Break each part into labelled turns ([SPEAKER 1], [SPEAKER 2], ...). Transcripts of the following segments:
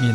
[SPEAKER 1] 面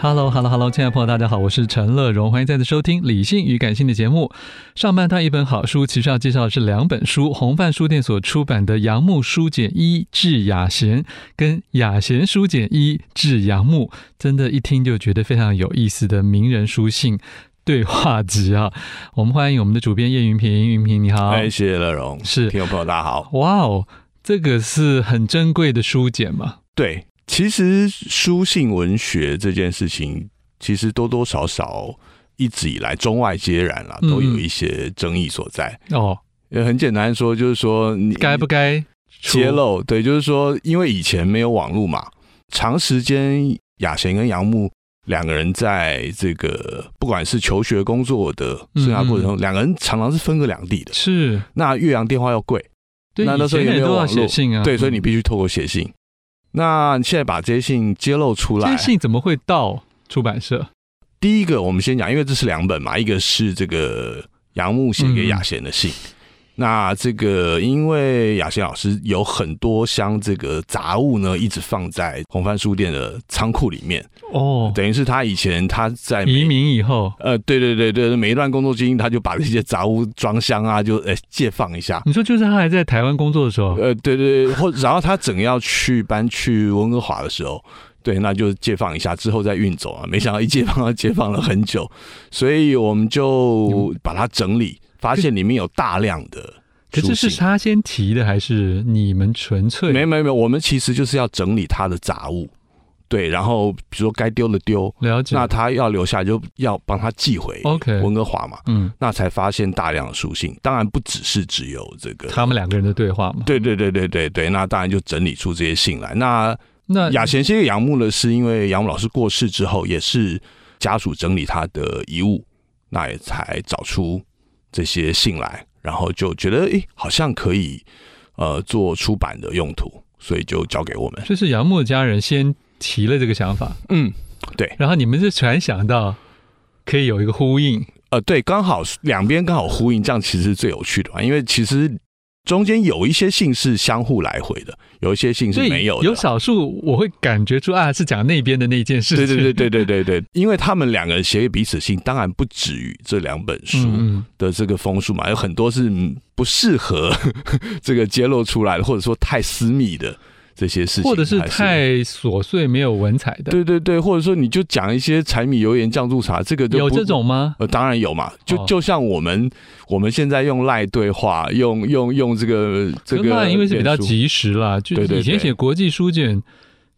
[SPEAKER 1] Hello，Hello，Hello，亲爱的朋友，大家好，我是陈乐荣，欢迎再次收听《理性与感性》的节目。上半段一本好书，其实要介绍的是两本书，红范书店所出版的杨牧书简一致雅贤，跟雅贤书简一致杨牧，真的，一听就觉得非常有意思的名人书信。对话集啊，我们欢迎我们的主编叶云平，云平你好，
[SPEAKER 2] 哎，谢谢乐荣，
[SPEAKER 1] 是
[SPEAKER 2] 听众朋友大家好。
[SPEAKER 1] 哇哦，这个是很珍贵的书简嘛？
[SPEAKER 2] 对，其实书信文学这件事情，其实多多少少一直以来中外皆然啦，
[SPEAKER 1] 嗯
[SPEAKER 2] 都有一些争议所在。
[SPEAKER 1] 哦，
[SPEAKER 2] 呃很简单说，就是说你
[SPEAKER 1] 该不该出
[SPEAKER 2] 揭？露？对，就是说，因为以前没有网络嘛，长时间雅贤跟杨牧两个人在这个不管是求学、工作的生涯过程
[SPEAKER 1] 嗯
[SPEAKER 2] 中，两个人常常是分隔两地的。
[SPEAKER 1] 是，
[SPEAKER 2] 那岳阳电话要贵。
[SPEAKER 1] 对，
[SPEAKER 2] 那那时候
[SPEAKER 1] 以
[SPEAKER 2] 也
[SPEAKER 1] 前
[SPEAKER 2] 没
[SPEAKER 1] 人
[SPEAKER 2] 有
[SPEAKER 1] 都要
[SPEAKER 2] 网
[SPEAKER 1] 写
[SPEAKER 2] 络
[SPEAKER 1] 信啊，
[SPEAKER 2] 对，所以
[SPEAKER 1] 嗯
[SPEAKER 2] 你必须透过写信。那现在把这些信揭露出
[SPEAKER 1] 嗯这
[SPEAKER 2] 来
[SPEAKER 1] 些，信怎么会到出版社？
[SPEAKER 2] 第一个我们先讲，因为这是两本嘛，一个是这个杨牧写给雅贤的信。
[SPEAKER 1] 嗯
[SPEAKER 2] 那这个，因为雅贤老师有很多箱这个杂物呢，一直放在红帆书店的仓库里面，
[SPEAKER 1] 哦，
[SPEAKER 2] 等于是他以前他在
[SPEAKER 1] 移
[SPEAKER 2] 每
[SPEAKER 1] 民以后，
[SPEAKER 2] 呃，对对对对，每一段工作经历，他就把这些杂物装箱啊，就呃借放一下，
[SPEAKER 1] 你说就是他还在台湾工作的时候，
[SPEAKER 2] 呃，对对，对或然后他整个要去搬去温哥华的时候，对，那就解放一下，之后再运走啊。没想到一解放，解放了很久，所以我们就把它整理，发现里面有大量的
[SPEAKER 1] 嗯可
[SPEAKER 2] 书
[SPEAKER 1] 是是
[SPEAKER 2] 信。
[SPEAKER 1] 他先提的，还是你们纯粹
[SPEAKER 2] 没没没，我们其实就是要整理他的杂物，对，然后比如说该丢的丢，
[SPEAKER 1] 了解？
[SPEAKER 2] 那他要留下就要帮他寄回
[SPEAKER 1] OK
[SPEAKER 2] 温哥华嘛，
[SPEAKER 1] 嗯，
[SPEAKER 2] 那才发现大量的书信，当然不只是只有这个。
[SPEAKER 1] 他们两个人的对话嘛。
[SPEAKER 2] 对对对对对对，那当然就整理出这些信来。那
[SPEAKER 1] 那
[SPEAKER 2] 雅贤先给杨牧呢，是因为杨牧老师过世之后，也是家属整理他的遗物，那也才找出这些信来，然后就觉得诶、好像可以呃做出版的用途，所以就交给我们。
[SPEAKER 1] 就是杨牧的家人先提了这个想法，
[SPEAKER 2] 嗯，
[SPEAKER 1] 然后你们就突然想到可以有一个呼应，
[SPEAKER 2] 呃，对，刚好两边刚好呼应，这样其实是最有趣的嘛，因为其实中间有一些信是相互来回的，有一些信
[SPEAKER 1] 所
[SPEAKER 2] 是
[SPEAKER 1] 以
[SPEAKER 2] 没有的。
[SPEAKER 1] 有少数我会感觉出啊，是讲那边的那件事
[SPEAKER 2] 对
[SPEAKER 1] 情。
[SPEAKER 2] 对对对对对对，因为他们两个人写给彼此信，当然不止于这两本书。
[SPEAKER 1] 嗯嗯，
[SPEAKER 2] 的这个风俗嘛，有很多是嗯不适合 这个揭露出来的，或者说太私密的这些事情，
[SPEAKER 1] 或者是
[SPEAKER 2] 还
[SPEAKER 1] 太琐碎没有文采的，
[SPEAKER 2] 对对对，或者说你就讲一些柴米油盐酱醋茶，这个就
[SPEAKER 1] 有
[SPEAKER 2] 不
[SPEAKER 1] 这种吗？
[SPEAKER 2] 呃，当然有嘛，就、
[SPEAKER 1] 哦
[SPEAKER 2] 就像我们我们现在用赖对话，用用用这个这
[SPEAKER 1] 那
[SPEAKER 2] 个，
[SPEAKER 1] 因为是比较，及时啦，就
[SPEAKER 2] 对对
[SPEAKER 1] 以前
[SPEAKER 2] 对
[SPEAKER 1] 写国际书卷，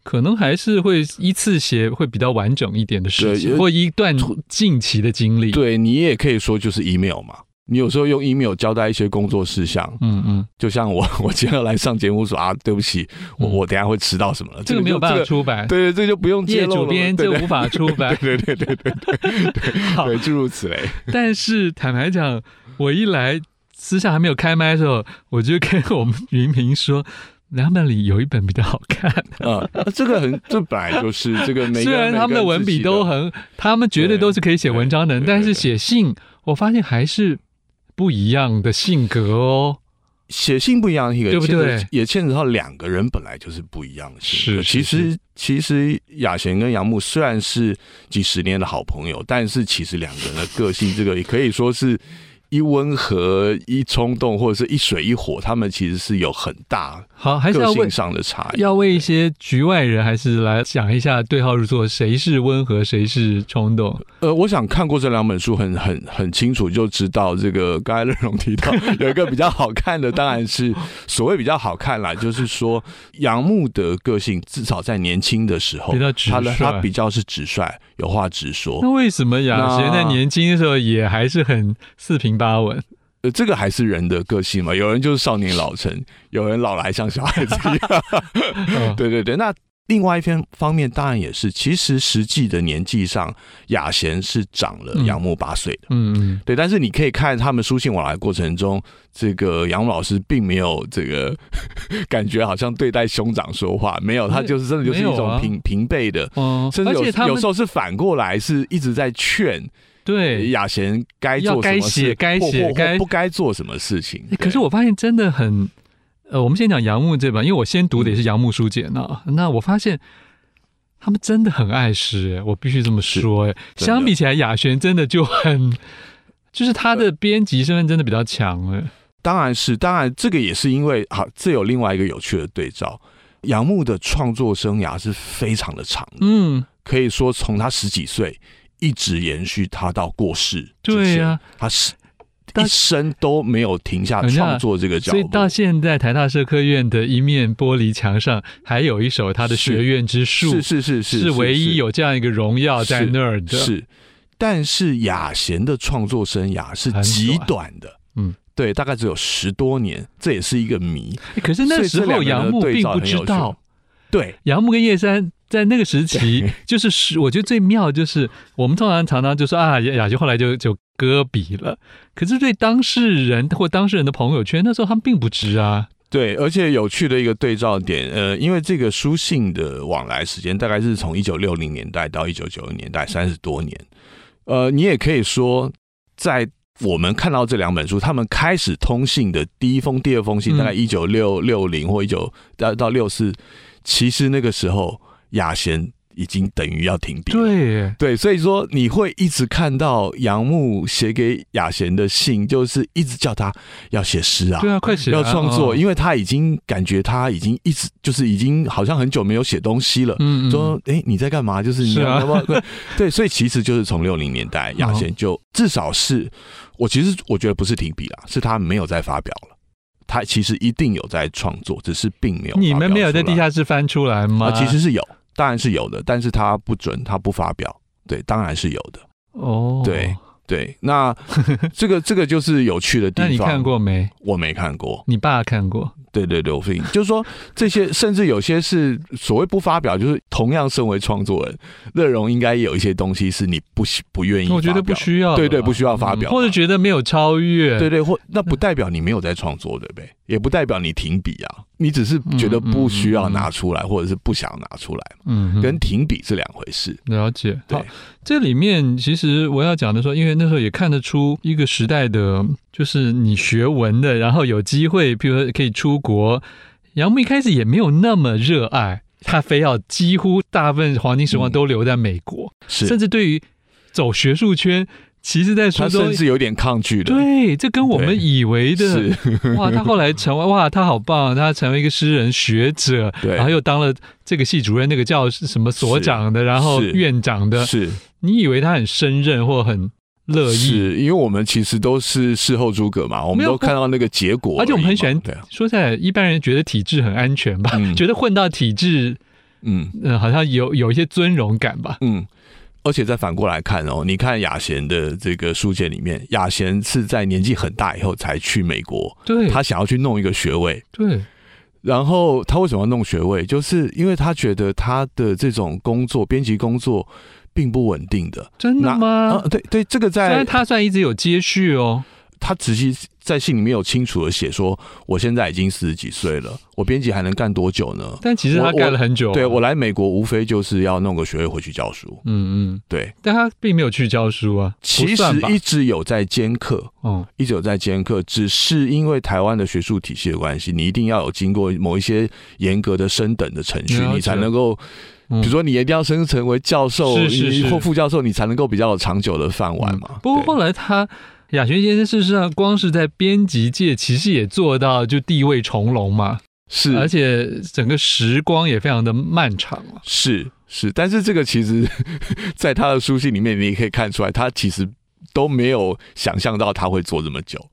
[SPEAKER 1] 可能还是会一次写会比较完整一点的事情，
[SPEAKER 2] 对
[SPEAKER 1] 或一段近期的经历。，
[SPEAKER 2] 对你也可以说就是 email 嘛。你有时候用 email 交代一些工作事项，
[SPEAKER 1] 嗯嗯，
[SPEAKER 2] 就像我 我今天要来上节目说啊，对不起，我
[SPEAKER 1] 嗯
[SPEAKER 2] 我等一下会迟到什么了，
[SPEAKER 1] 这个没有
[SPEAKER 2] 就
[SPEAKER 1] 办
[SPEAKER 2] 这
[SPEAKER 1] 法
[SPEAKER 2] 个
[SPEAKER 1] 出版，
[SPEAKER 2] 对对，这个就不用揭
[SPEAKER 1] 业
[SPEAKER 2] 露了
[SPEAKER 1] 主
[SPEAKER 2] 嘛。
[SPEAKER 1] 编
[SPEAKER 2] 对
[SPEAKER 1] 就
[SPEAKER 2] 对
[SPEAKER 1] 无法出版。
[SPEAKER 2] 对对对对对
[SPEAKER 1] 好
[SPEAKER 2] 对，诸如 此类。
[SPEAKER 1] 但是坦白讲，我一来私下还没有开麦的时候，我就跟我们云平说。两本里有一本比较好看，
[SPEAKER 2] 嗯，这个很，这本来就是这个每个人。
[SPEAKER 1] 虽然他们的文笔都
[SPEAKER 2] 每个人自己
[SPEAKER 1] 很，他们绝对
[SPEAKER 2] 对
[SPEAKER 1] 都是可以写文章的人，
[SPEAKER 2] 对对
[SPEAKER 1] 但
[SPEAKER 2] 对
[SPEAKER 1] 是写信，我发现还是不一样的性格哦。
[SPEAKER 2] 写信不一样的一个，
[SPEAKER 1] 对不对
[SPEAKER 2] 牵扯也牵扯到两个人本来就是不一样的性格。
[SPEAKER 1] 是是
[SPEAKER 2] 其实其实雅贤跟杨牧虽然是几十年的好朋友，但是其实两个人的个性，这个也可以说是一温和、一冲动，或者是一水一火，他们其实是有很大
[SPEAKER 1] 好，还是
[SPEAKER 2] 个
[SPEAKER 1] 要问
[SPEAKER 2] 性上的差异。
[SPEAKER 1] 要为一些局外人，还是来想一下对号入座，谁是温和，谁是冲动？
[SPEAKER 2] 呃，我想看过这两本书很，很很清楚就知道，这个刚才乐荣提到有一个比较好看的，当然是所谓比较好看啦，就是说杨牧的个性，至少在年轻的时候
[SPEAKER 1] 比，较直
[SPEAKER 2] 他的他
[SPEAKER 1] 率
[SPEAKER 2] 比较是直率，有话直说
[SPEAKER 1] 那。为什么雅
[SPEAKER 2] 那
[SPEAKER 1] 贤在年轻的时候也还是很四平八 稳？
[SPEAKER 2] 呃，这个还是人的个性嘛，有人就是少年老成，有人老了还像小孩子一样。
[SPEAKER 1] 嗯
[SPEAKER 2] 对对对，那另外一篇方面，当然也是，其实实际的年纪上，雅贤是长了
[SPEAKER 1] 嗯
[SPEAKER 2] 杨牧八岁的。
[SPEAKER 1] 嗯，
[SPEAKER 2] 对，但是你可以看他们书信往来过程中，这个杨老师并没有这个 感觉好像对待兄长说话，没有，他就是真的就是
[SPEAKER 1] 没有
[SPEAKER 2] 一种
[SPEAKER 1] 啊
[SPEAKER 2] 平、平辈的，
[SPEAKER 1] 哦，
[SPEAKER 2] 甚至
[SPEAKER 1] 而
[SPEAKER 2] 有
[SPEAKER 1] 且他
[SPEAKER 2] 有
[SPEAKER 1] 们
[SPEAKER 2] 时候是反过来是一直在劝哎
[SPEAKER 1] 对。
[SPEAKER 2] 雅贤该做
[SPEAKER 1] 要
[SPEAKER 2] 什
[SPEAKER 1] 该
[SPEAKER 2] 么事，
[SPEAKER 1] 写该
[SPEAKER 2] 或
[SPEAKER 1] 写
[SPEAKER 2] 或或
[SPEAKER 1] 该
[SPEAKER 2] 不该做什么事情。
[SPEAKER 1] 哎可是
[SPEAKER 2] 对
[SPEAKER 1] 我发现真的很，呃，我们先讲杨牧这本，因为我先读的也是杨牧书简呢。
[SPEAKER 2] 嗯
[SPEAKER 1] 那我发现他们真的很爱诗，哎我必须这么说。哎，
[SPEAKER 2] 真的
[SPEAKER 1] 相比起来，雅璇真的就很，就是他的编辑身份真的比较强哎。
[SPEAKER 2] 当然是，当然这个也是因为好，这有另外一个有趣的对照，杨牧的创作生涯是非常的长的。
[SPEAKER 1] 嗯，
[SPEAKER 2] 可以说从他十几岁一直延续他到过世之前，
[SPEAKER 1] 对啊呀
[SPEAKER 2] 他是
[SPEAKER 1] 但
[SPEAKER 2] 一生都没有停下
[SPEAKER 1] 等一下
[SPEAKER 2] 创作这个脚
[SPEAKER 1] 所以
[SPEAKER 2] 步。
[SPEAKER 1] 到现在台大社科院的一面玻璃墙上还有一首他的《
[SPEAKER 2] 是
[SPEAKER 1] 学院之树》，
[SPEAKER 2] 是是是是
[SPEAKER 1] 唯一有这样一个荣耀在那儿的。
[SPEAKER 2] 是，是但是雅贤的创作生涯是
[SPEAKER 1] 很
[SPEAKER 2] 极
[SPEAKER 1] 短
[SPEAKER 2] 短的，
[SPEAKER 1] 嗯，
[SPEAKER 2] 对，大概只有十多年，这也是一个谜。
[SPEAKER 1] 哎可是那时
[SPEAKER 2] 所以
[SPEAKER 1] 候
[SPEAKER 2] 这两
[SPEAKER 1] 杨
[SPEAKER 2] 个人的
[SPEAKER 1] 牧
[SPEAKER 2] 对
[SPEAKER 1] 并
[SPEAKER 2] 照
[SPEAKER 1] 不
[SPEAKER 2] 很
[SPEAKER 1] 知
[SPEAKER 2] 有趣
[SPEAKER 1] 道。
[SPEAKER 2] 对，
[SPEAKER 1] 杨牧跟叶山在那个时期，就是是我觉得最妙就是我们通常常常就说啊，雅雅就后来就就割比了。可是对当事人或当事人的朋友圈，那时候他们并不知啊。
[SPEAKER 2] 对，而且有趣的一个对照点，呃，因为这个书信的往来时间大概是从一九六零年代到一九九零年代，三十多年。呃，你也可以说，在我们看到这两本书，他们开始通信的第一封、第二封信，
[SPEAKER 1] 嗯
[SPEAKER 2] 大概一九六六零或一九到到六四，其实那个时候雅贤已经等于要停笔了。
[SPEAKER 1] 对，
[SPEAKER 2] 对，所以说你会一直看到杨牧写给雅贤的信，就是一直叫他要写诗啊，
[SPEAKER 1] 对啊，快写啊
[SPEAKER 2] 要创作，
[SPEAKER 1] 哦
[SPEAKER 2] 因为他已经感觉他已经一直就是已经好像很久没有写东西了。
[SPEAKER 1] 嗯嗯
[SPEAKER 2] 说，哎、你在干嘛？就是你
[SPEAKER 1] 是啊哦
[SPEAKER 2] 要不要 对对，所以其实就是从六零年代，雅贤就至少是我其实我觉得不是停笔啦，是他没有在发表了，他其实一定有在创作，只是并没有发表
[SPEAKER 1] 你们没有在
[SPEAKER 2] 出来
[SPEAKER 1] 地下室翻出来吗？
[SPEAKER 2] 啊，其实是有，当然是有的，但是他不准，他不发表，对，当然是有的，
[SPEAKER 1] 哦，
[SPEAKER 2] 对，对。那这个这个就是有趣的地
[SPEAKER 1] 那
[SPEAKER 2] 方，
[SPEAKER 1] 你看？过没？
[SPEAKER 2] 我没看过，
[SPEAKER 1] 你爸看过？
[SPEAKER 2] 对对对，我非就是说这些，甚至有些是所谓不发表，就是同样身为创作人，乐荣应该有一些东西是你不喜不愿意发表，
[SPEAKER 1] 我觉得不需要了啦，
[SPEAKER 2] 对对不需要发
[SPEAKER 1] 嗯
[SPEAKER 2] 表
[SPEAKER 1] 或者
[SPEAKER 2] 嘛
[SPEAKER 1] 觉得没有超越，
[SPEAKER 2] 对对，或那
[SPEAKER 1] 嗯
[SPEAKER 2] 不代表你没有在创作，对不对？也不代表你停笔啊，你只是觉得不需要拿出来，或者是不想拿出来，
[SPEAKER 1] 嗯哼，
[SPEAKER 2] 跟停笔是两回事。
[SPEAKER 1] 了解。
[SPEAKER 2] 对
[SPEAKER 1] 好，这里面其实我要讲的说，因为那时候也看得出一个时代的，就是你学文的，然后有机会，譬如说可以出国。杨牧一开始也没有那么热爱，他非要几乎大部分黄金时光
[SPEAKER 2] 嗯
[SPEAKER 1] 都留在美国，
[SPEAKER 2] 是
[SPEAKER 1] 甚至对于走学术圈，其实在书
[SPEAKER 2] 他
[SPEAKER 1] 中
[SPEAKER 2] 甚。至有点抗拒的，
[SPEAKER 1] 对，这跟我们
[SPEAKER 2] 对
[SPEAKER 1] 以为的
[SPEAKER 2] 是
[SPEAKER 1] 哇，他后来 成为哇，他好棒，他成为一个诗人学者，
[SPEAKER 2] 对
[SPEAKER 1] 然后又当了这个系主任，那个叫什么所长的，然后
[SPEAKER 2] 是
[SPEAKER 1] 院长的，
[SPEAKER 2] 是
[SPEAKER 1] 你以为他很胜任或很乐意？
[SPEAKER 2] 是，因为我们其实都是事后诸葛嘛，我
[SPEAKER 1] 没
[SPEAKER 2] 们
[SPEAKER 1] 有
[SPEAKER 2] 都看到那个结果已嘛，
[SPEAKER 1] 而且我们很喜欢
[SPEAKER 2] 对啊，
[SPEAKER 1] 说起来，一般人觉得体制很安全吧，
[SPEAKER 2] 嗯
[SPEAKER 1] 觉得混到体制，
[SPEAKER 2] 嗯
[SPEAKER 1] 嗯、好像有有一些尊荣感吧。
[SPEAKER 2] 嗯。而且再反过来看哦，你看雅贤的这个书简里面，雅贤是在年纪很大以后才去美国，
[SPEAKER 1] 对，
[SPEAKER 2] 他想要去弄一个学位。
[SPEAKER 1] 对，
[SPEAKER 2] 然后他为什么要弄学位？就是因为他觉得他的这种工作，编辑工作并不稳定的。
[SPEAKER 1] 真的
[SPEAKER 2] 那
[SPEAKER 1] 吗？
[SPEAKER 2] 啊，对对，这个
[SPEAKER 1] 虽
[SPEAKER 2] 在
[SPEAKER 1] 然他算一直有接续哦，
[SPEAKER 2] 他仔细在信里面有清楚的写说，我现在已经四十几岁了，我编辑还能干多久呢？
[SPEAKER 1] 但其实他
[SPEAKER 2] 我
[SPEAKER 1] 干了很久啊、
[SPEAKER 2] 对我来美国无非就是要弄个学位回去教书。
[SPEAKER 1] 嗯嗯，
[SPEAKER 2] 对，
[SPEAKER 1] 但他并没有去教书啊，
[SPEAKER 2] 其
[SPEAKER 1] 不
[SPEAKER 2] 实
[SPEAKER 1] 算吧
[SPEAKER 2] 一直有在兼课，
[SPEAKER 1] 哦，
[SPEAKER 2] 一直有在兼课，只是因为台湾的学术体系的关系，你一定要有经过某一些严格的升等的程序
[SPEAKER 1] 了，解
[SPEAKER 2] 你才能够，
[SPEAKER 1] 嗯
[SPEAKER 2] 比如说你一定要升成为教授
[SPEAKER 1] 是是
[SPEAKER 2] 你
[SPEAKER 1] 是
[SPEAKER 2] 或副教授，你才能够比较有长久的饭碗嘛。
[SPEAKER 1] 不过
[SPEAKER 2] 对
[SPEAKER 1] 后来他亚轩先生事实上光是在编辑界其实也做到就地位重龙嘛，
[SPEAKER 2] 是
[SPEAKER 1] 而且整个时光也非常的漫长啊。
[SPEAKER 2] 是是，但是这个其实， 在他的书信里面，你也可以看出来，他其实都没有想象到他会做这么久。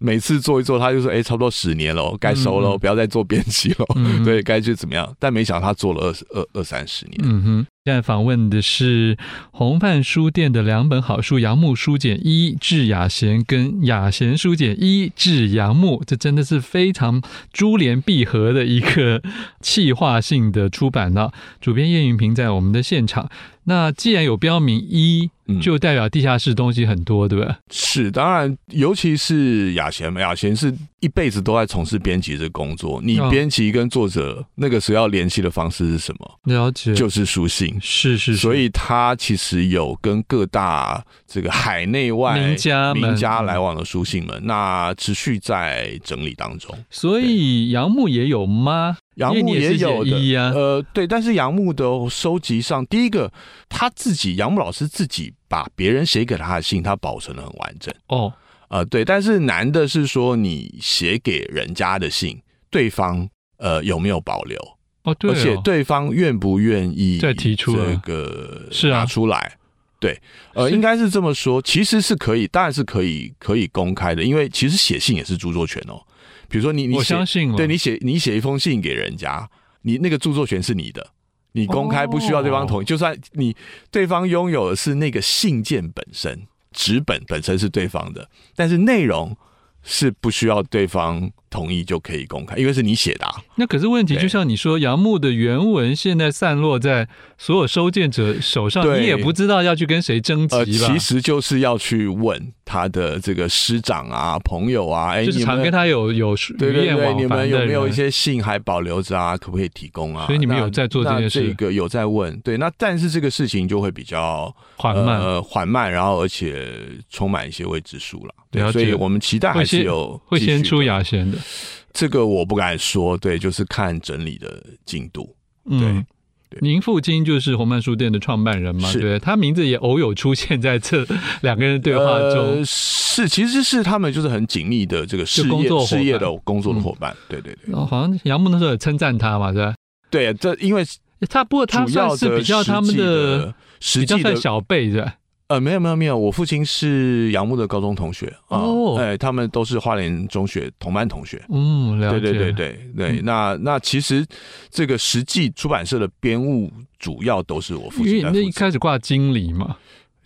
[SPEAKER 2] 每次做一做，他就说：“哎、差不多十年了，该收了，
[SPEAKER 1] 嗯
[SPEAKER 2] 不要再做编辑了。
[SPEAKER 1] 嗯
[SPEAKER 2] 对，该去怎么样？但没想到他做了二十二二三十年。
[SPEAKER 1] 嗯哼，现在访问的是红范书店的两本好书《杨牧书简一致雅贤》跟《雅贤书简一致杨牧》，这真的是非常珠联璧合的一个气化性的出版了、 主编叶云平在我们的现场，那既然有标明一，
[SPEAKER 2] 嗯
[SPEAKER 1] 就代表地下室东西很多，对不对？
[SPEAKER 2] 是，当然，尤其是雅贤嘛，雅贤是一辈子都在从事编辑这工作。你
[SPEAKER 1] 嗯
[SPEAKER 2] 编辑跟作者那个时候要联系的方式是什么？
[SPEAKER 1] 了解，
[SPEAKER 2] 就是书信。
[SPEAKER 1] 是是是，
[SPEAKER 2] 所以他其实有跟各大这个海内外
[SPEAKER 1] 名家们
[SPEAKER 2] 名家来往的书信们，那持续在整理当中。
[SPEAKER 1] 所以杨牧也有吗？
[SPEAKER 2] 杨
[SPEAKER 1] 因为
[SPEAKER 2] 牧
[SPEAKER 1] 你也是
[SPEAKER 2] 有
[SPEAKER 1] 写一
[SPEAKER 2] 的，
[SPEAKER 1] 啊
[SPEAKER 2] 呃，对，但是杨牧的收集上，第一个他自己，杨牧老师自己把别人写给他的信，他保存的很完整。
[SPEAKER 1] 哦，
[SPEAKER 2] 呃，对，但是难的是说你写给人家的信，对方呃有没有保留，
[SPEAKER 1] 哦，对哦，
[SPEAKER 2] 而且对方愿不愿意
[SPEAKER 1] 再提出来
[SPEAKER 2] 这个
[SPEAKER 1] 是啊
[SPEAKER 2] 拿出来。对，呃，
[SPEAKER 1] 是
[SPEAKER 2] 应该是这么说，其实是可以，当然是可以，可以公开的，因为其实写信也是著作权哦。比如说你，你
[SPEAKER 1] 我
[SPEAKER 2] 写
[SPEAKER 1] 相信了，哦
[SPEAKER 2] 对你写你写一封信给人家，你那个著作权是你的，你公开不需要对方
[SPEAKER 1] 哦
[SPEAKER 2] 同意，就算你对方拥有的是那个信件本身，纸本本身是对方的，但是内容是不需要对方同意就可以公开，因为是你写的、啊。
[SPEAKER 1] 那可是问题，
[SPEAKER 2] 对
[SPEAKER 1] 就像你说，杨牧的原文现在散落在所有收件者手上，
[SPEAKER 2] 对
[SPEAKER 1] 你也不知道要去跟谁征集吧？
[SPEAKER 2] 呃，其实就是要去问他的这个师长啊、朋友啊，哎、
[SPEAKER 1] 就是
[SPEAKER 2] 你
[SPEAKER 1] 常
[SPEAKER 2] 们
[SPEAKER 1] 跟他有有
[SPEAKER 2] 对
[SPEAKER 1] 语
[SPEAKER 2] 对
[SPEAKER 1] 言往
[SPEAKER 2] 对，
[SPEAKER 1] 返
[SPEAKER 2] 你们有
[SPEAKER 1] 的
[SPEAKER 2] 没有
[SPEAKER 1] 人
[SPEAKER 2] 一？些信还保留着啊？可不可以提供啊？
[SPEAKER 1] 所以你们
[SPEAKER 2] 那
[SPEAKER 1] 有在做这
[SPEAKER 2] 那
[SPEAKER 1] 件事
[SPEAKER 2] 这个有在问，对，那但是这个事情就会比较
[SPEAKER 1] 缓慢、
[SPEAKER 2] 呃、缓慢，然后而且充满一些未知数了。
[SPEAKER 1] 了
[SPEAKER 2] 对，
[SPEAKER 1] 解
[SPEAKER 2] 所以我们期待还是有
[SPEAKER 1] 会
[SPEAKER 2] 继续
[SPEAKER 1] 先
[SPEAKER 2] 的
[SPEAKER 1] 出雅贤的，
[SPEAKER 2] 这个我不敢说，对，就是看整理的进度。
[SPEAKER 1] 嗯。
[SPEAKER 2] 对
[SPEAKER 1] 您父亲就是红漫书店的创办人嘛？
[SPEAKER 2] 是
[SPEAKER 1] 对，他名字也偶有出现在这两个人的对话中。
[SPEAKER 2] 呃、是，其实是他们就是很紧密的这个事
[SPEAKER 1] 就工
[SPEAKER 2] 业
[SPEAKER 1] 作伙伴嗯
[SPEAKER 2] 事业的工作的伙伴。对对对
[SPEAKER 1] 然哦后好像杨牧那时候也称赞他嘛，对吧？
[SPEAKER 2] 对，这因为
[SPEAKER 1] 他不过他
[SPEAKER 2] 主
[SPEAKER 1] 算
[SPEAKER 2] 要
[SPEAKER 1] 是
[SPEAKER 2] 的
[SPEAKER 1] 比较他们的
[SPEAKER 2] 实
[SPEAKER 1] 比较算
[SPEAKER 2] 际的实际的
[SPEAKER 1] 小辈，对吧？
[SPEAKER 2] 呃没有没有没有，我父亲是杨牧的高中同学啊，
[SPEAKER 1] 哦
[SPEAKER 2] 哎、他们都是花莲中学同班同学。
[SPEAKER 1] 嗯，了解。嗯
[SPEAKER 2] 对对对对对，那那其实这个实际出版社的编务主要都是我
[SPEAKER 1] 因
[SPEAKER 2] 父亲
[SPEAKER 1] 为
[SPEAKER 2] 在
[SPEAKER 1] 那一
[SPEAKER 2] 负责，
[SPEAKER 1] 开始挂经理嘛，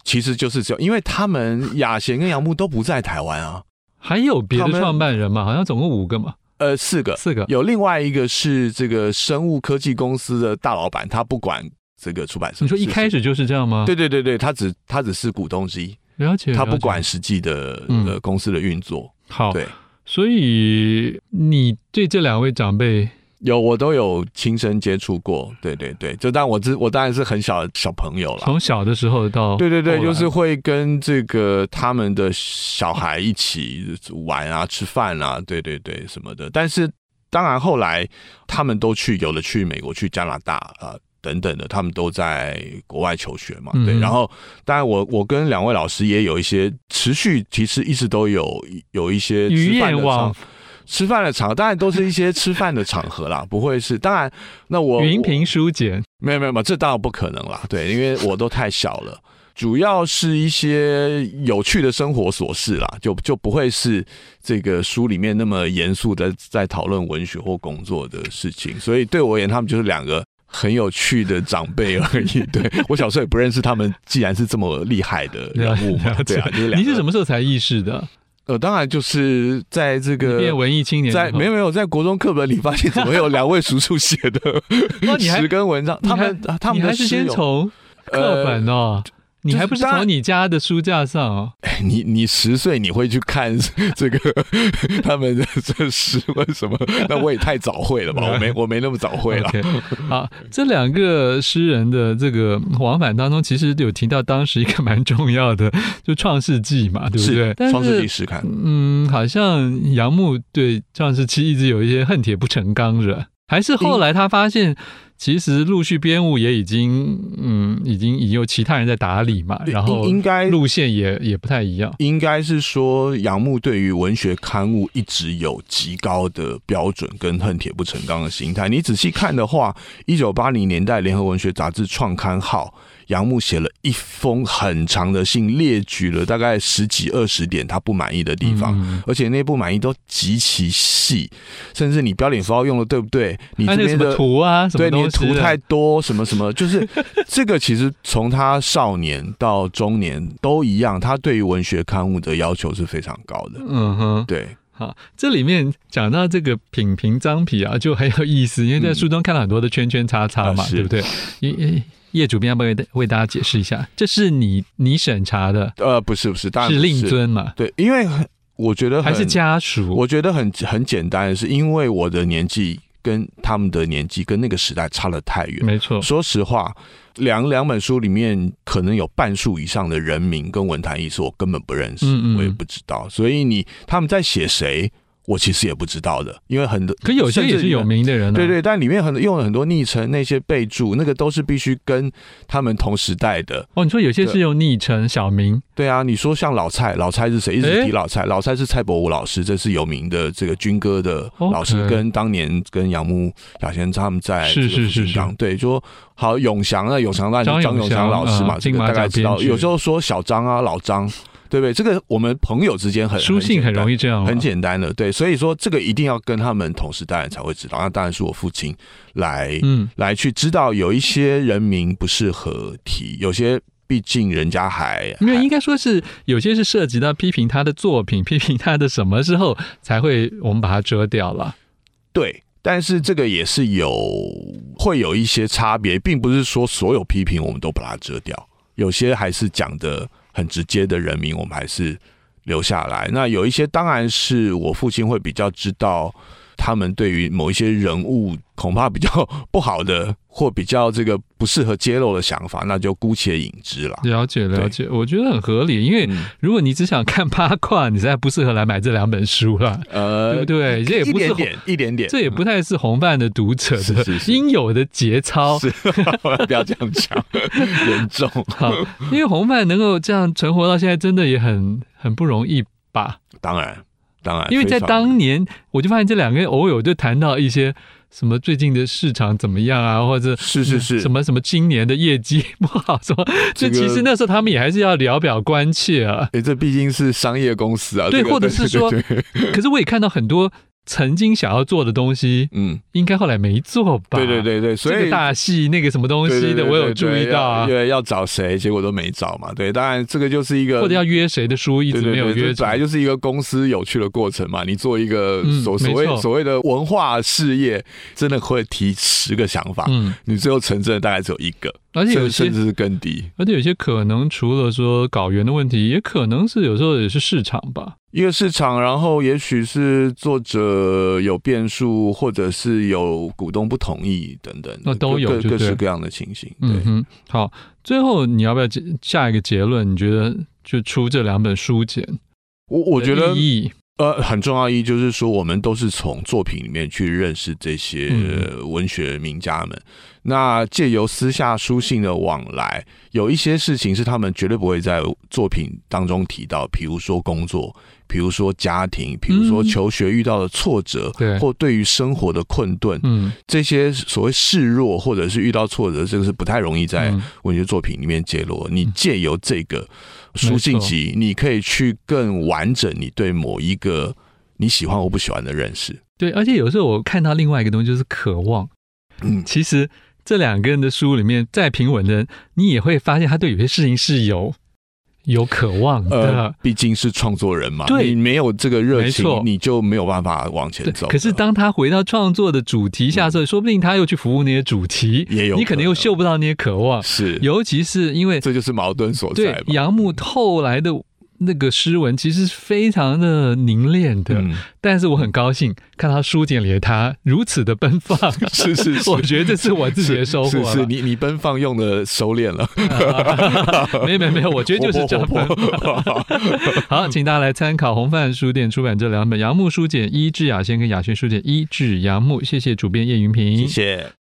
[SPEAKER 2] 其实就是这样，因为他们雅贤跟杨牧都不在台湾啊，
[SPEAKER 1] 还有别的
[SPEAKER 2] 他们
[SPEAKER 1] 创办人嘛，好像总共五个嘛，
[SPEAKER 2] 呃，四个，
[SPEAKER 1] 四个。
[SPEAKER 2] 有另外一个是这个生物科技公司的大老板，他不管这个出版社，
[SPEAKER 1] 你说一开
[SPEAKER 2] 始。
[SPEAKER 1] 始就是这样吗？
[SPEAKER 2] 对对对对，他只他只是股东之一，
[SPEAKER 1] 了解，
[SPEAKER 2] 他不
[SPEAKER 1] 了解
[SPEAKER 2] 管实际的
[SPEAKER 1] 嗯
[SPEAKER 2] 呃公司的运作。
[SPEAKER 1] 好，
[SPEAKER 2] 对，
[SPEAKER 1] 所以你对这两位长辈，
[SPEAKER 2] 有我都有亲身接触过。对对对，就但我知我当然是很小的小朋友啦，
[SPEAKER 1] 从小的时候到
[SPEAKER 2] 对对对，
[SPEAKER 1] 后来
[SPEAKER 2] 就是会跟这个他们的小孩一起玩啊、吃饭啊，对对对什么的。但是当然后来他们都去，有的去美国、去加拿大啊、呃等等的，他们都在国外求学嘛。对，
[SPEAKER 1] 嗯
[SPEAKER 2] 然后当然我我跟两位老师也有一些持续，其实一直都有有一些
[SPEAKER 1] 鱼
[SPEAKER 2] 吃饭
[SPEAKER 1] 雁
[SPEAKER 2] 的
[SPEAKER 1] 往
[SPEAKER 2] 场。吃饭的场，当然都是一些吃饭的场合啦，不会是当然。那我
[SPEAKER 1] 云平书简，
[SPEAKER 2] 没有没有没有，这当然不可能啦，对，因为我都太小了。主要是一些有趣的生活琐事啦，就就不会是这个书里面那么严肃的在讨论文学或工作的事情，所以对我而言，他们就是两个很有趣的长辈而已。 对我小时候也不认识他们，既然是这么厉害的人物嘛
[SPEAKER 1] 了，解
[SPEAKER 2] 对啊，就是两个
[SPEAKER 1] 你是什？么时候才意识的？
[SPEAKER 2] 呃，当然就是在这
[SPEAKER 1] 你变
[SPEAKER 2] 个。
[SPEAKER 1] 文艺青年
[SPEAKER 2] 呃在没有没有在国中课本里发现怎么有两位叔叔写 的
[SPEAKER 1] 哦有，哇你还
[SPEAKER 2] 十。篇文章，
[SPEAKER 1] 你
[SPEAKER 2] 他
[SPEAKER 1] 还
[SPEAKER 2] 们他
[SPEAKER 1] 你
[SPEAKER 2] 们
[SPEAKER 1] 还
[SPEAKER 2] 的
[SPEAKER 1] 是
[SPEAKER 2] 诗
[SPEAKER 1] 先
[SPEAKER 2] 有
[SPEAKER 1] 从课本哦，你还不是
[SPEAKER 2] 就是大家
[SPEAKER 1] 从你家的书架上哦？
[SPEAKER 2] 哎 你你十岁你会去看这个他们的这诗为什么？那我也太早会了吧？我没我没那么早会了。
[SPEAKER 1] OK，好，这两个诗人的这个往返当中，其实有提到当时一个蛮重要的，就《创世纪》嘛， 对不对？
[SPEAKER 2] 是
[SPEAKER 1] 但
[SPEAKER 2] 创世纪
[SPEAKER 1] 是
[SPEAKER 2] 试看，
[SPEAKER 1] 嗯，好像杨牧对《创世纪》一直有一些恨铁不成钢的，还是后来他发现，其实陆续编务也已经，嗯，已经已有其他人在打理嘛，然后
[SPEAKER 2] 应应该
[SPEAKER 1] 路线也也不太一样。
[SPEAKER 2] 应该是说，杨牧对于文学刊物一直有极高的标准跟恨铁不成钢的心态。你仔细看的话，一九八零年代《联合文学杂志》创刊号，杨牧写了一封很长的信，列举了大概十几二十点他不满意的地方。
[SPEAKER 1] 嗯
[SPEAKER 2] 而且那些不满意都极其细，甚至你标点符号用的对不对？你
[SPEAKER 1] 还
[SPEAKER 2] 这
[SPEAKER 1] 有那个什么
[SPEAKER 2] 边的
[SPEAKER 1] 图啊，什么
[SPEAKER 2] 对你
[SPEAKER 1] 东
[SPEAKER 2] 的
[SPEAKER 1] 西
[SPEAKER 2] 图
[SPEAKER 1] 的
[SPEAKER 2] 太多，什么什么，就是 这个其实从他少年到中年都一样，他对于文学刊物的要求是非常高的。
[SPEAKER 1] 嗯哼，
[SPEAKER 2] 对，
[SPEAKER 1] 好，这里面讲到这个品评章皮啊，就很有意思，因为在书中看到很多的圈圈叉叉嘛，
[SPEAKER 2] 啊是
[SPEAKER 1] 对不对？业业业主编要不要为大家解释一下？这是你你审查的，
[SPEAKER 2] 呃，不是不是，当然
[SPEAKER 1] 是
[SPEAKER 2] 不
[SPEAKER 1] 令尊嘛，
[SPEAKER 2] 对，因为很我觉得
[SPEAKER 1] 还是
[SPEAKER 2] 很，
[SPEAKER 1] 家属？
[SPEAKER 2] 我觉得很很简单的是，因为我的年纪跟他们的年纪跟那个时代差得太远。
[SPEAKER 1] 没错，
[SPEAKER 2] 说实话，两两本书里面可能有半数以上的人名跟文坛艺术我根本不认识，
[SPEAKER 1] 嗯嗯
[SPEAKER 2] 我也不知道，所以你他们在写谁，我其实也不知道的，因为很多
[SPEAKER 1] 可有些也是有名的人、啊，
[SPEAKER 2] 对对，但里面很用了很多昵称，那些备注，那个都是必须跟他们同时代的。
[SPEAKER 1] 哦，你说有些是用昵称、小名，
[SPEAKER 2] 对啊，你说像老蔡，老蔡是谁？一直
[SPEAKER 1] 诶
[SPEAKER 2] 提老蔡，老蔡是蔡伯武老师，这是有名的这个军歌的老师
[SPEAKER 1] OK
[SPEAKER 2] 跟当年跟杨牧、雅贤他们在
[SPEAKER 1] 是
[SPEAKER 2] 这个
[SPEAKER 1] 是是
[SPEAKER 2] 复兴岗对，就好永祥啊，永祥那
[SPEAKER 1] 张
[SPEAKER 2] 张
[SPEAKER 1] 永
[SPEAKER 2] 永祥
[SPEAKER 1] 祥
[SPEAKER 2] 老师嘛，
[SPEAKER 1] 嗯
[SPEAKER 2] 这
[SPEAKER 1] 金
[SPEAKER 2] 个
[SPEAKER 1] 马
[SPEAKER 2] 大概
[SPEAKER 1] 奖
[SPEAKER 2] 知道。
[SPEAKER 1] 编剧
[SPEAKER 2] 有时候说小张啊，老张，对不对？这个我们朋友之间很
[SPEAKER 1] 书信很
[SPEAKER 2] 易。
[SPEAKER 1] 容易这样、啊
[SPEAKER 2] 很。简单的，对，所以说这个一定要跟他们同时代人才会知道。那当然是我父亲来
[SPEAKER 1] 嗯，
[SPEAKER 2] 来去知道有一些人名不适合提，有些毕竟人家还
[SPEAKER 1] 没有，
[SPEAKER 2] 还
[SPEAKER 1] 应该说是有些是涉及到批评 他的作品、批评他的什么之后，才会我们把它遮掉了。
[SPEAKER 2] 对，但是这个也是有会有一些差别，并不是说所有批评我们都把它遮掉，有些还是讲的很直接的人名，我们还是留下来。那有一些当然是我父亲会比较知道。他们对于某一些人物恐怕比较不好的，或比较这个不适合揭露的想法，那就姑且隐之了。
[SPEAKER 1] 了解了
[SPEAKER 2] 对
[SPEAKER 1] 解，我觉得很合理，因为
[SPEAKER 2] 嗯
[SPEAKER 1] 如果你只想看八卦，你实在不适合来买这两本书啦，
[SPEAKER 2] 呃，
[SPEAKER 1] 对不对？这也
[SPEAKER 2] 一
[SPEAKER 1] 不是
[SPEAKER 2] 点
[SPEAKER 1] 红，
[SPEAKER 2] 点，一点点，
[SPEAKER 1] 这也不太是红范的读者
[SPEAKER 2] 是是
[SPEAKER 1] 的
[SPEAKER 2] 是
[SPEAKER 1] 应有的节操。
[SPEAKER 2] 是，不要这样 讲，严重。
[SPEAKER 1] 好，因为红范能够这样存活到现在，真的也很很不容易吧？
[SPEAKER 2] 当然，当然，
[SPEAKER 1] 因为在
[SPEAKER 2] 哎非常
[SPEAKER 1] 当年，我就发现这两个人偶有就谈到一些什么最近的市场怎么样啊，或者
[SPEAKER 2] 是是是
[SPEAKER 1] 什么什么今年的业绩不好什么，这
[SPEAKER 2] 这个
[SPEAKER 1] 其实那时候他们也还是要聊表关切啊。
[SPEAKER 2] 诶，这毕竟是商业公司啊，
[SPEAKER 1] 对
[SPEAKER 2] 这个
[SPEAKER 1] 或者是说
[SPEAKER 2] 对对对
[SPEAKER 1] 可是我也看到很多曾经想要做的东西，
[SPEAKER 2] 嗯，
[SPEAKER 1] 应该后来没做吧？
[SPEAKER 2] 对对，对对，所
[SPEAKER 1] 这
[SPEAKER 2] 以
[SPEAKER 1] 个大戏那个什么东
[SPEAKER 2] 对对
[SPEAKER 1] 西的，
[SPEAKER 2] 对
[SPEAKER 1] 我有
[SPEAKER 2] 对
[SPEAKER 1] 注
[SPEAKER 2] 对
[SPEAKER 1] 意到啊
[SPEAKER 2] 要，对，要找谁，结果都没找嘛。对，当然这个就是一个
[SPEAKER 1] 或者要约谁的书一直没
[SPEAKER 2] 对对
[SPEAKER 1] 有
[SPEAKER 2] 对，
[SPEAKER 1] 约
[SPEAKER 2] 这本来
[SPEAKER 1] 成。
[SPEAKER 2] 就是一个公司有趣的过程嘛。你做一个
[SPEAKER 1] 嗯
[SPEAKER 2] 所
[SPEAKER 1] 没
[SPEAKER 2] 所谓
[SPEAKER 1] 错
[SPEAKER 2] 所谓的文化事业，真的会提十个想法，
[SPEAKER 1] 嗯，
[SPEAKER 2] 你最后成真的大概只有一个，
[SPEAKER 1] 而且有
[SPEAKER 2] 甚
[SPEAKER 1] 些
[SPEAKER 2] 甚，至是更低。
[SPEAKER 1] 而且有些可能除了说稿源的问题，也可能是有时候也是市场吧。
[SPEAKER 2] 一个市场，然后也许是作者有变数，或者是有股东不同意等等，
[SPEAKER 1] 那哦都有
[SPEAKER 2] 各
[SPEAKER 1] 就
[SPEAKER 2] 各各
[SPEAKER 1] 对
[SPEAKER 2] 式各样的情形。对，
[SPEAKER 1] 嗯哼，好，最后你要不要结下一个结论？你觉得就出这两本书简的意义，
[SPEAKER 2] 我我
[SPEAKER 1] 我
[SPEAKER 2] 觉得呃很重要一就是说，我们都是从作品里面去认识这些
[SPEAKER 1] 嗯
[SPEAKER 2] 呃文学名家们。那借由私下书信的往来，有一些事情是他们绝对不会在作品当中提到，比如说工作，比如说家庭，比如说
[SPEAKER 1] 嗯
[SPEAKER 2] 求学遇到的挫折，
[SPEAKER 1] 对
[SPEAKER 2] 或对于生活的困顿。
[SPEAKER 1] 嗯，
[SPEAKER 2] 这些所谓示弱或者是遇到挫折，这个是不太容易在
[SPEAKER 1] 嗯
[SPEAKER 2] 文学作品里面揭露。你借由这个书信集，你可以去更完整你对某一个你喜欢或不喜欢的认识。
[SPEAKER 1] 对，而且有时候我看到另外一个东西，就是渴望。
[SPEAKER 2] 嗯，
[SPEAKER 1] 其实这两个人的书里面，再平稳的人，你也会发现他对有些事情是有有渴望
[SPEAKER 2] 呃
[SPEAKER 1] 的。，
[SPEAKER 2] 毕竟是创作人嘛，
[SPEAKER 1] 对
[SPEAKER 2] 你没有这个热
[SPEAKER 1] 没
[SPEAKER 2] 情
[SPEAKER 1] 错，
[SPEAKER 2] 你就没有办法往前
[SPEAKER 1] 对
[SPEAKER 2] 走的。
[SPEAKER 1] 可是当他回到创作的主题下之后，说不定他又去服务那些主题，
[SPEAKER 2] 也有
[SPEAKER 1] 你可能又嗅不到那些渴望，
[SPEAKER 2] 是，
[SPEAKER 1] 尤其是因为
[SPEAKER 2] 这就是矛盾所在
[SPEAKER 1] 对
[SPEAKER 2] 嘛。
[SPEAKER 1] 杨牧后来的那个诗文其实是非常的凝练的，
[SPEAKER 2] 嗯，
[SPEAKER 1] 但是我很高兴看他书简里的他如此的奔放，
[SPEAKER 2] 是是是，
[SPEAKER 1] 我觉得这是我自己的收获
[SPEAKER 2] 是
[SPEAKER 1] 了。
[SPEAKER 2] 是，你你奔放用的收敛了，
[SPEAKER 1] 没有没有 没有，我觉得就是这 样
[SPEAKER 2] 活
[SPEAKER 1] 奔
[SPEAKER 2] 泼
[SPEAKER 1] 放。
[SPEAKER 2] 活泼
[SPEAKER 1] 好，请大家来参考红范书店出版这两本《杨牧书简一至雅轩》跟《雅轩书简一至杨牧》。谢谢主编叶云平，
[SPEAKER 2] 谢谢。